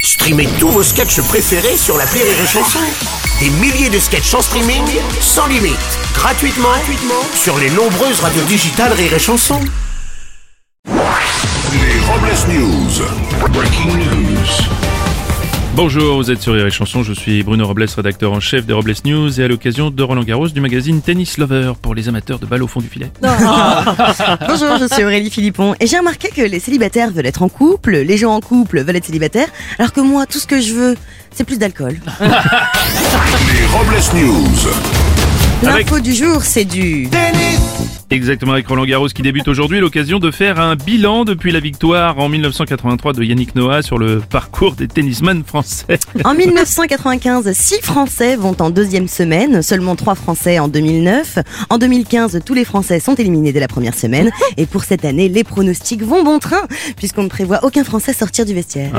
Streamez tous vos sketchs préférés sur la Rire et Chanson. Des milliers de sketchs en streaming, sans limite, gratuitement, gratuitement sur les nombreuses radios digitales Rire et Chanson. Les Robles News. Breaking news. Bonjour, vous êtes sur Rire et Chanson, je suis Bruno Robles, rédacteur en chef des Robles News et à l'occasion de Roland Garros du magazine Tennis Lover pour les amateurs de balle au fond du filet. Bonjour, je suis Aurélie Philippon et j'ai remarqué que les célibataires veulent être en couple, les gens en couple veulent être célibataires, alors que moi, tout ce que je veux, c'est plus d'alcool. Les Robles News. L'info du jour, c'est du... Exactement avec Roland Garros qui débute aujourd'hui, l'occasion de faire un bilan depuis la victoire en 1983 de Yannick Noah sur le parcours des tennisman français. En 1995, 6 Français vont en deuxième semaine, seulement 3 Français en 2009. En 2015, tous les Français sont éliminés dès la première semaine. Et pour cette année, les pronostics vont bon train, puisqu'on ne prévoit aucun Français sortir du vestiaire.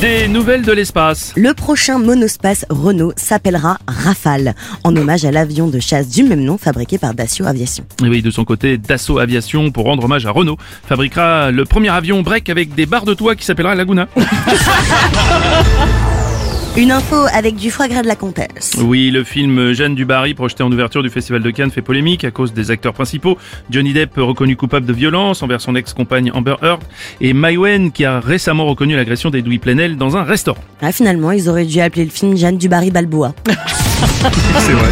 Des nouvelles de l'espace. Le prochain monospace Renault s'appellera Rafale, en hommage à l'avion de chasse du même nom fabriqué par Dacio Aviation. Et Eh oui, de son côté, Dassault Aviation, pour rendre hommage à Renault, fabriquera le premier avion break avec des barres de toit qui s'appellera Laguna. Une info avec du foie gras de la comtesse. Oui, le film Jeanne du Barry, projeté en ouverture du Festival de Cannes, fait polémique à cause des acteurs principaux. Johnny Depp, reconnu coupable de violence envers son ex-compagne Amber Heard, et Maïwen, qui a récemment reconnu l'agression d'Edoui Plenel dans un restaurant. Ah, finalement, ils auraient dû appeler le film Jeanne du Barry Balboa. Ah, C'est vrai.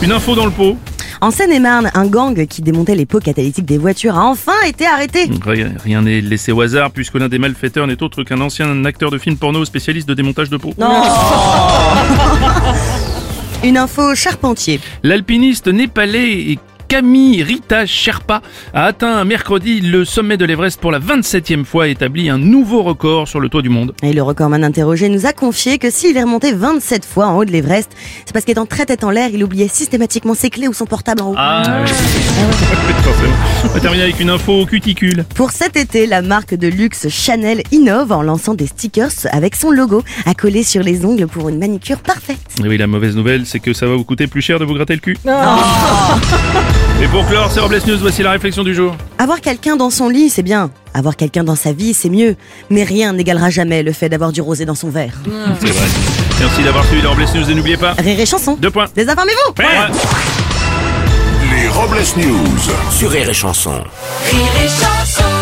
Une info dans le pot. En Seine-et-Marne, un gang qui démontait les pots catalytiques des voitures a enfin été arrêté. Rien rien n'est laissé au hasard, puisque l'un des malfaiteurs n'est autre qu'un ancien acteur de film porno spécialiste de démontage de peau. Une info charpentier. L'alpiniste népalais Camille Rita Sherpa a atteint mercredi le sommet de l'Everest pour la 27e fois et établi un nouveau record sur le toit du monde. Et le recordman interrogé nous a confié que s'il est remonté 27 fois en haut de l'Everest, c'est parce qu'étant très tête en l'air, il oubliait systématiquement ses clés ou son portable en haut. Ah On va terminer avec une info cuticule. Pour cet été, la marque de luxe Chanel innove en lançant des stickers avec son logo à coller sur les ongles pour une manicure parfaite. Et Eh oui, la mauvaise nouvelle, c'est que ça va vous coûter plus cher de vous gratter le cul. Ah. Et pour clore, c'est Robles News, voici la réflexion du jour. Avoir quelqu'un dans son lit, c'est bien. Avoir quelqu'un dans sa vie, c'est mieux. Mais rien n'égalera jamais le fait d'avoir du rosé dans son verre. C'est vrai. Merci d'avoir suivi les Robles News et n'oubliez pas. Rire et chanson. Deux points. Désinformez-vous Ouais. Les Robles News. Sur Rire et Chanson. Rire et chanson